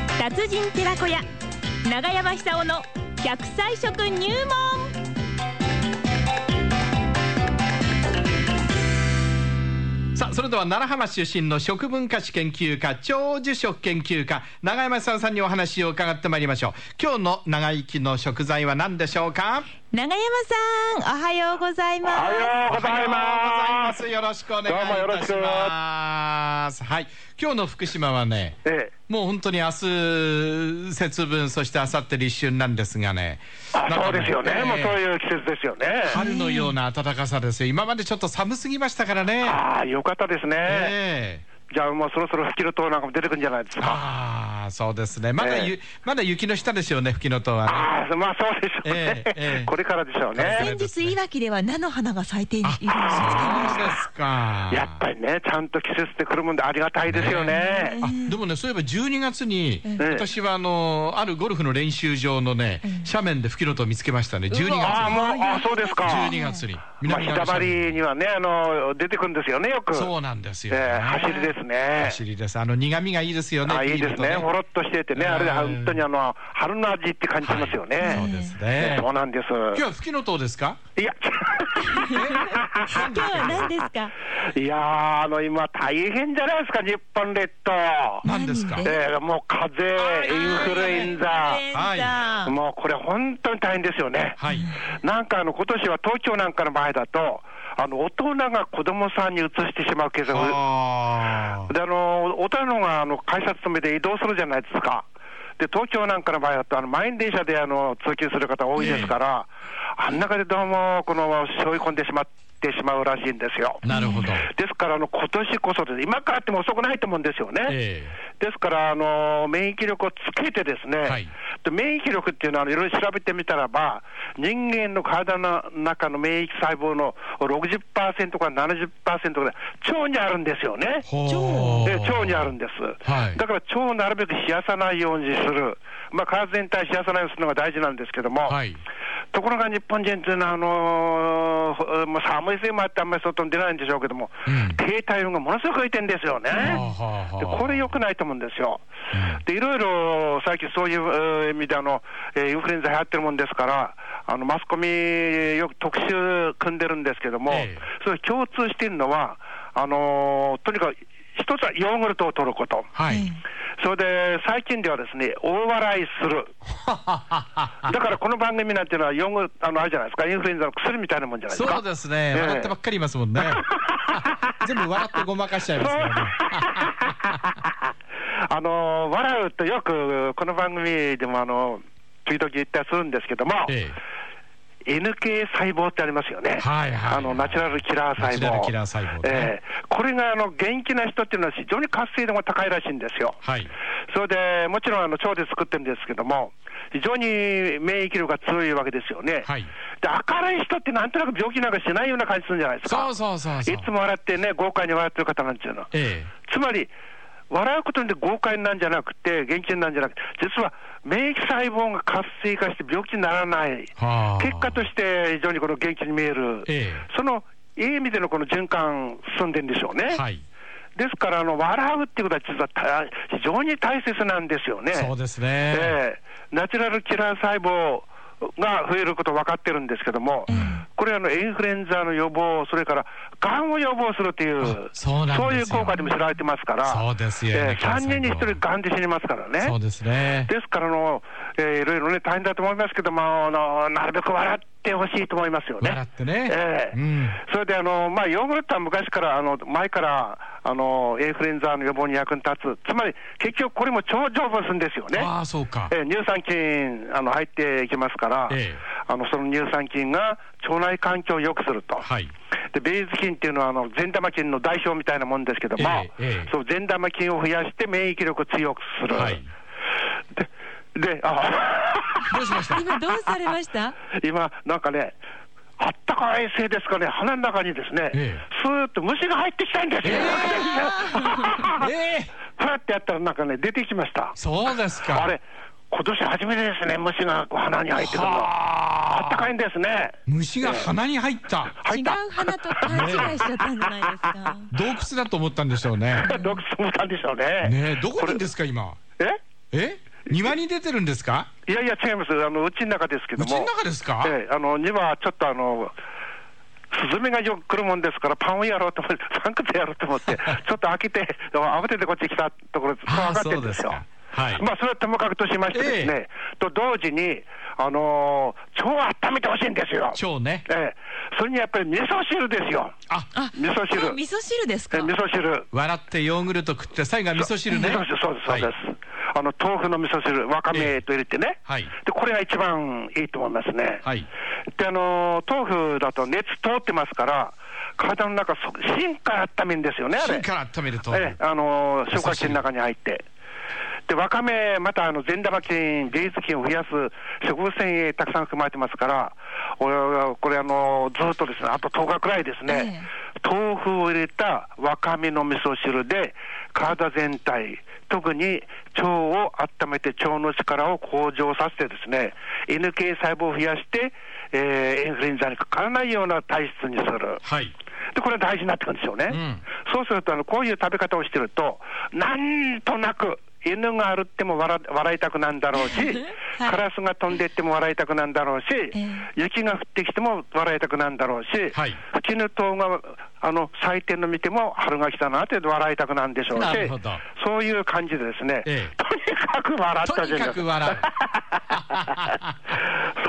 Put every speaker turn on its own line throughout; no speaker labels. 人寺子屋長山久夫の100歳食入門
さあそれでは奈良浜市出身の食文化史研究家長寿食研究家永山さんさんにお話を伺ってまいりましょう今日の長生きの食材は何でしょうか
長山さんおはようござい
お
ま
はようござ
おはようござい
いま。
ますすよろしくお願いい
どうもよろ
た
し
し
く
ますはい今日の福島はね
ええ、
もう本当に明日節分そして明後日立春なんですがね
あそうですよね、
なんか
もうそういう季節ですよね。
春のような暖かさですよ今までちょっと寒すぎましたからね
ああ、よかったですね。
ええ
じゃあ、もうそろそろ吹きの塔なんかも出てくるんじゃないですか。
ああ、そうですね。まだゆ、
ええ
まだ雪の下ですよね、吹きの塔はね。
ああ、まあそうでしょうね。
ええええ
これからでしょう
これから
ね。
です
先日いわきでは菜の花が咲いている
あ
のを見つけまし
そうですか。
やっぱりね、ちゃんと季節で来るもんでありがたいですよね。
あでもね、そういえば12月に、
え
私はあのあるゴルフの練習場のね、斜面で吹きの塔を見つけましたね、12月に。
ああ、もう、あそうですか。
12月に。
まあ、
南
日
側
だ
の
ま
斜面
りにはね、あの、出てくるんですよね、よく。
そうなんですよ、
ええ走りですね
走りです。あの苦味がいいですよね。
あいいですね、ほろっとしててね、あれで
うん
本当にあの春の味って感じしますよね、
そうです
ね
ね。
そうなんで
今日は吹きの塔ですか
す。いや、
す今日 は何ですか
いやー、あの今、大変じゃないですか、日本列島、
何ですか
何で
えーもう風邪、インフルエンザ、
はい
は
もうこれ、本当に大変ですよね、
はい。
なんかあの今年は東京なんかの場合だと、あの大人が子供さんに移してしまうケースが
あー
であの小樽のがあの改札止めで移動するじゃないですか、で東京なんかの場合だと、あの満員電車であの通勤する方多いですから、あん中でどうもこの背負い込んでしまってしまうらしいんですよ。
なるほど。
ですからあの今年こそです、今からっても遅くないと思うんですよね。
え
ですから、あの免疫力をつけてですね、
はい
で免疫力っていうのは、あのいろいろ調べてみたらば、人間の体の中の免疫細胞の60%から70%ぐらい、腸にあるんですよね。
ほう
え腸にあるんです、
はい
だから腸をなるべく冷やさないようにする、まあ、体全体冷やさないようにするのが大事なんですけども、
はい。
ところが日本人っていうのはあのーほまあ、寒いせいもあって、あんまり外に出ないんでしょうけども、
うん
低体温がものすごく浮いてんですよね。
はあはあ
で
はあ
これ良くないと思うんですよ。で、いろいろ最近そういうえー意味であの、えーインフルエンザ流行ってるもんですから、あのマスコミ、よく特集組んでるんですけども、
ええ
それ共通しているのは、あのーとにかく一つはヨーグルトを取ること、
はい。
それで最近ではですね、大笑いする、だからこの番組なんていうのは、ヨーグルトあのあれじゃないですか、インフルエンザの薬みたいなもんじゃないですか。
そうですね。
ええ
笑ってばっかりいますもん ね。全部笑ってごまかしちゃいますからね。
あの笑うとよくこの番組でもあの時々言ったりするんですけども、
え
NK 細胞ってありますよね、
はいはい
あのナチュラルキラー
ナ
細
チュラル
胞、
キラー細胞ね
ええこれがあの元気な人っていうのは、非常に活性度が高いらしいんですよ。
はい
それでもちろんあの腸で作ってるんですけども、非常に免疫力が強いわけですよね、
はい
で明るい人ってなんとなく病気なんかしないような感じするんじゃないですか、
そうそうそうそう
いつも笑ってね、豪快に笑ってる方なんていうのは、
ええ
つまり、笑うことによって豪快になんじゃなくて、元気になんじゃなくて、実は免疫細胞が活性化して病気にならない、結
はあ
果として非常にこの元気に見える、
ええ
そのいい意味でのこの循環、進んでるんでしょうね。
はい。
ですからあの、笑うっていうことは、実は大非常に大切なんですよね。
そうですね。
ええナチュラルキラー細胞が増えること分かってるんですけども、これあの、インフルエンザの予防、それからがんを予防するという
あ、そうなんですよ
いう効果でも知られてますから、
そうですよ
え
ね
え3人に1人、がんで死にますからね。
そうですね。
ですからあの、ええいろいろね、大変だと思いますけども、あのなるべく笑ってほしいと思いますよね。
笑ってね
ええ
うん
それであの、まあ、ヨーグルトは昔から、あの前からあのインフルエンザの予防に役に立つ、つまり結局、これも超丈夫するんですよね。
ああ、そうか。
ええ乳酸菌あの入っていきますから、
ええ
あのその乳酸菌が腸内環境を良くすると、
はい。
でベイズ菌っていうのはあの善玉菌の代表みたいなもんですけども、
ええええ
その善玉菌を増やして免疫力を強くする。
はい
でであ
どうしました
た今どうされました
今、なんかね、あったかいせいですかね、鼻の中にですね、
ええ
スーッと虫が入ってきたんですよ、
ええ
ふらってやったら、なんかね、出てきました。
そうですか。
あれ、今年初めてですね、虫がこう鼻に入ってくるの。
は
あったかいんですね。
虫が鼻に入った。
違
入っ
う
た。
花と勘違いしちゃったんじゃないですか
洞窟 だと思ったんでしょうね。
毒素もたんでしょうね。
ねえどこにいるんですすか、今。
え
え庭に出てるんですか
いやいや、違います、あのうちの中ですけど
う
も、
ちの中ですか、
ええあの庭はちょっとあの、スズメがよく来るもんですから、パンをやろうと思って、 サンクスやろうと思 って、ちょっと開けて、慌ててこっち来たところ、そう
あ
上
あ
がって
そ
る
うんで
ですすよ。
かはい、
まあ、それはともかくとしましてですね、と同時に、あのー、腸を温めてほしいんですよ。
腸ね
ええ、それにやっぱり味噌汁ですよ。
あ
あ
味噌汁
これ味噌汁です
え
か
味噌汁。
笑ってヨーグルト食って最後は味噌汁ね
味噌汁そうです、そうです
は。
あの、豆腐の味噌汁、わかめと入れてね。
はい
で、これが一番いいと思いますね。
はい
で、あのー、豆腐だと熱通ってますから、体の中、そ芯から温めるんですよね、あれ。
芯から温めると、
ええ、あのー消化器の中に入って。で、わかめ、またあの善玉菌、芸術菌を増やす植物繊維たくさん含まれてますから、おこれあのーずっとですね、あと10日くらいですね、豆腐を入れたわかめの味噌汁で、体全体、特に腸を温めて腸の力を向上させてですね、NK 細胞を増やして、えーインフルエンザにかからないような体質にする。
はい
で、これは大事になってくるんですよね。
うん
そうするとあの、こういう食べ方をしてると、なんとなく、犬が歩っても笑笑いたくなんだろうし、
はい
カラスが飛んでっても笑いたくなんだろうし、
え
雪が降ってきても笑いたくなんだろうし、
はい
吹きぬとうがあの咲いてるの見ても春が来たなって笑いたくなんでしょうし
なるほど、
そういう感じでですね、
ええ
とにかく笑っ
と
たじゃ
に
ない
か
です
く
か。
笑う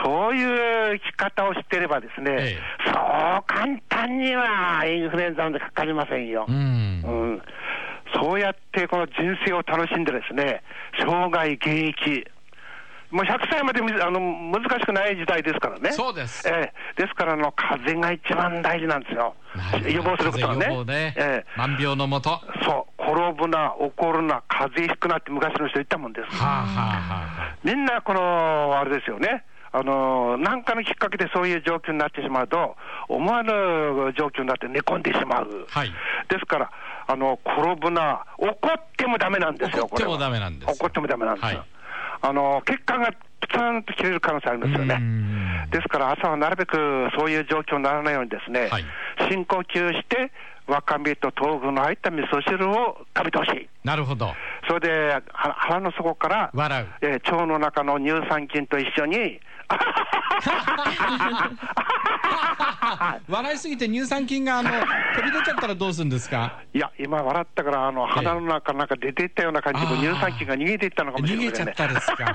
そういう生き方を知ってればですね、
ええ
そう簡単にはインフルエンザなんてかかりませんよ。
うん
うんそうやってこの人生を楽しんでですね、生涯現役。もう100歳までみあの難しくない時代ですからね。
そうです
ええ、ですからあの、風邪が一番大事なんですよ。予防することは
風邪
ね。
予防ね、
ええ
万病のもとは
そう、転ぶな、怒るな、風邪ひくなって昔の人言ったもんです。
あ、はあはあ、
みんなこの、あれですよね。あの、何かのきっかけでそういう状況になってしまうと、思わぬ状況になって寝込んでしまう。
はい
ですから、あの、転ぶな、怒ってもダメなんですよ、
怒っても
これ
ダ
は
メなんですよ
怒ってもダメなんですよ。
はい
あの、血管がプツンと切れる可能性ありますよ
う
ね。
ん
ですから朝はなるべくそういう状況にならないようにですね、
はい
深呼吸して、わかめと豆腐の入った味噌汁を食べてほしい。
なるほど
それでは腹の底から、
笑う
えー腸の中の乳酸菌と一 緒に、
笑いすぎて乳酸菌があ の飛び出ちゃったらどうするんですか
いや、今笑ったから、あの鼻の中なんか出ていったような感じで、
ええ
乳酸菌が逃げていったのかもし
逃
れない、ね、
げちゃったですか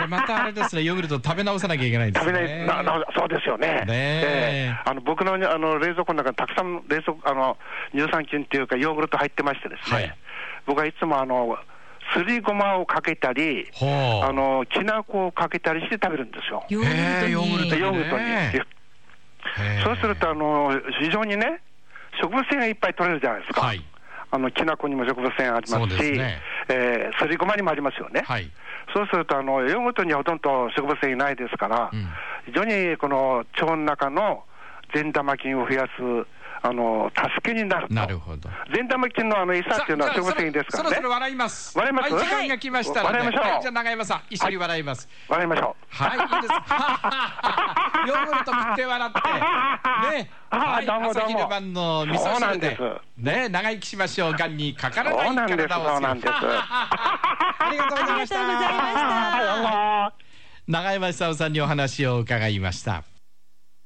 でまたあれですねヨーグルト食べ直さなきゃいけないです
食べ
ね
ない、ななそうですよね。
ねえ
えあの僕のあの冷蔵庫の中にたくさん冷蔵あの乳酸菌っていうかヨーグルト入ってましてですね。
はい
僕はいつもあのすりごまをかけたり、
ほう
あのきな粉をかけたりして食べるんですよ。
ヨーグルト
えー
に、
ヨーグルト
ヨーグルトに。
ねえへえ
そうするとあの非常にね植物性がいっぱい取れるじゃないですか。
はい
あのきな粉にも植物性があり
そう
ます
です
し、
ね
えーすりごまにもありますよね。
はい
そうすると、あの、ヨーグルトにはほとんど植物性ないですから、
うん
非常にこの腸の中の善玉菌を増やす、あの、助けになると。
なるほど
善玉菌のあの餌っていうのは植物性ですからね。
そろそろ笑います
笑います
はい時間が来ましたので
笑いましょう
はいじゃあ長山さん一緒に笑います
笑いましょう。
はい、いいです。 ヨーグルト食って笑って。ね。
あ
はい、
どうもどうも
朝昼晩の味噌
そうな
汁
んで。
ですね、長生きしましょう。癌にかからない
そうなんです
体を。
そうなんです
ありがとうございまし
ありがとうございました
た。
あどうも
長山久夫さんにお話を伺いました。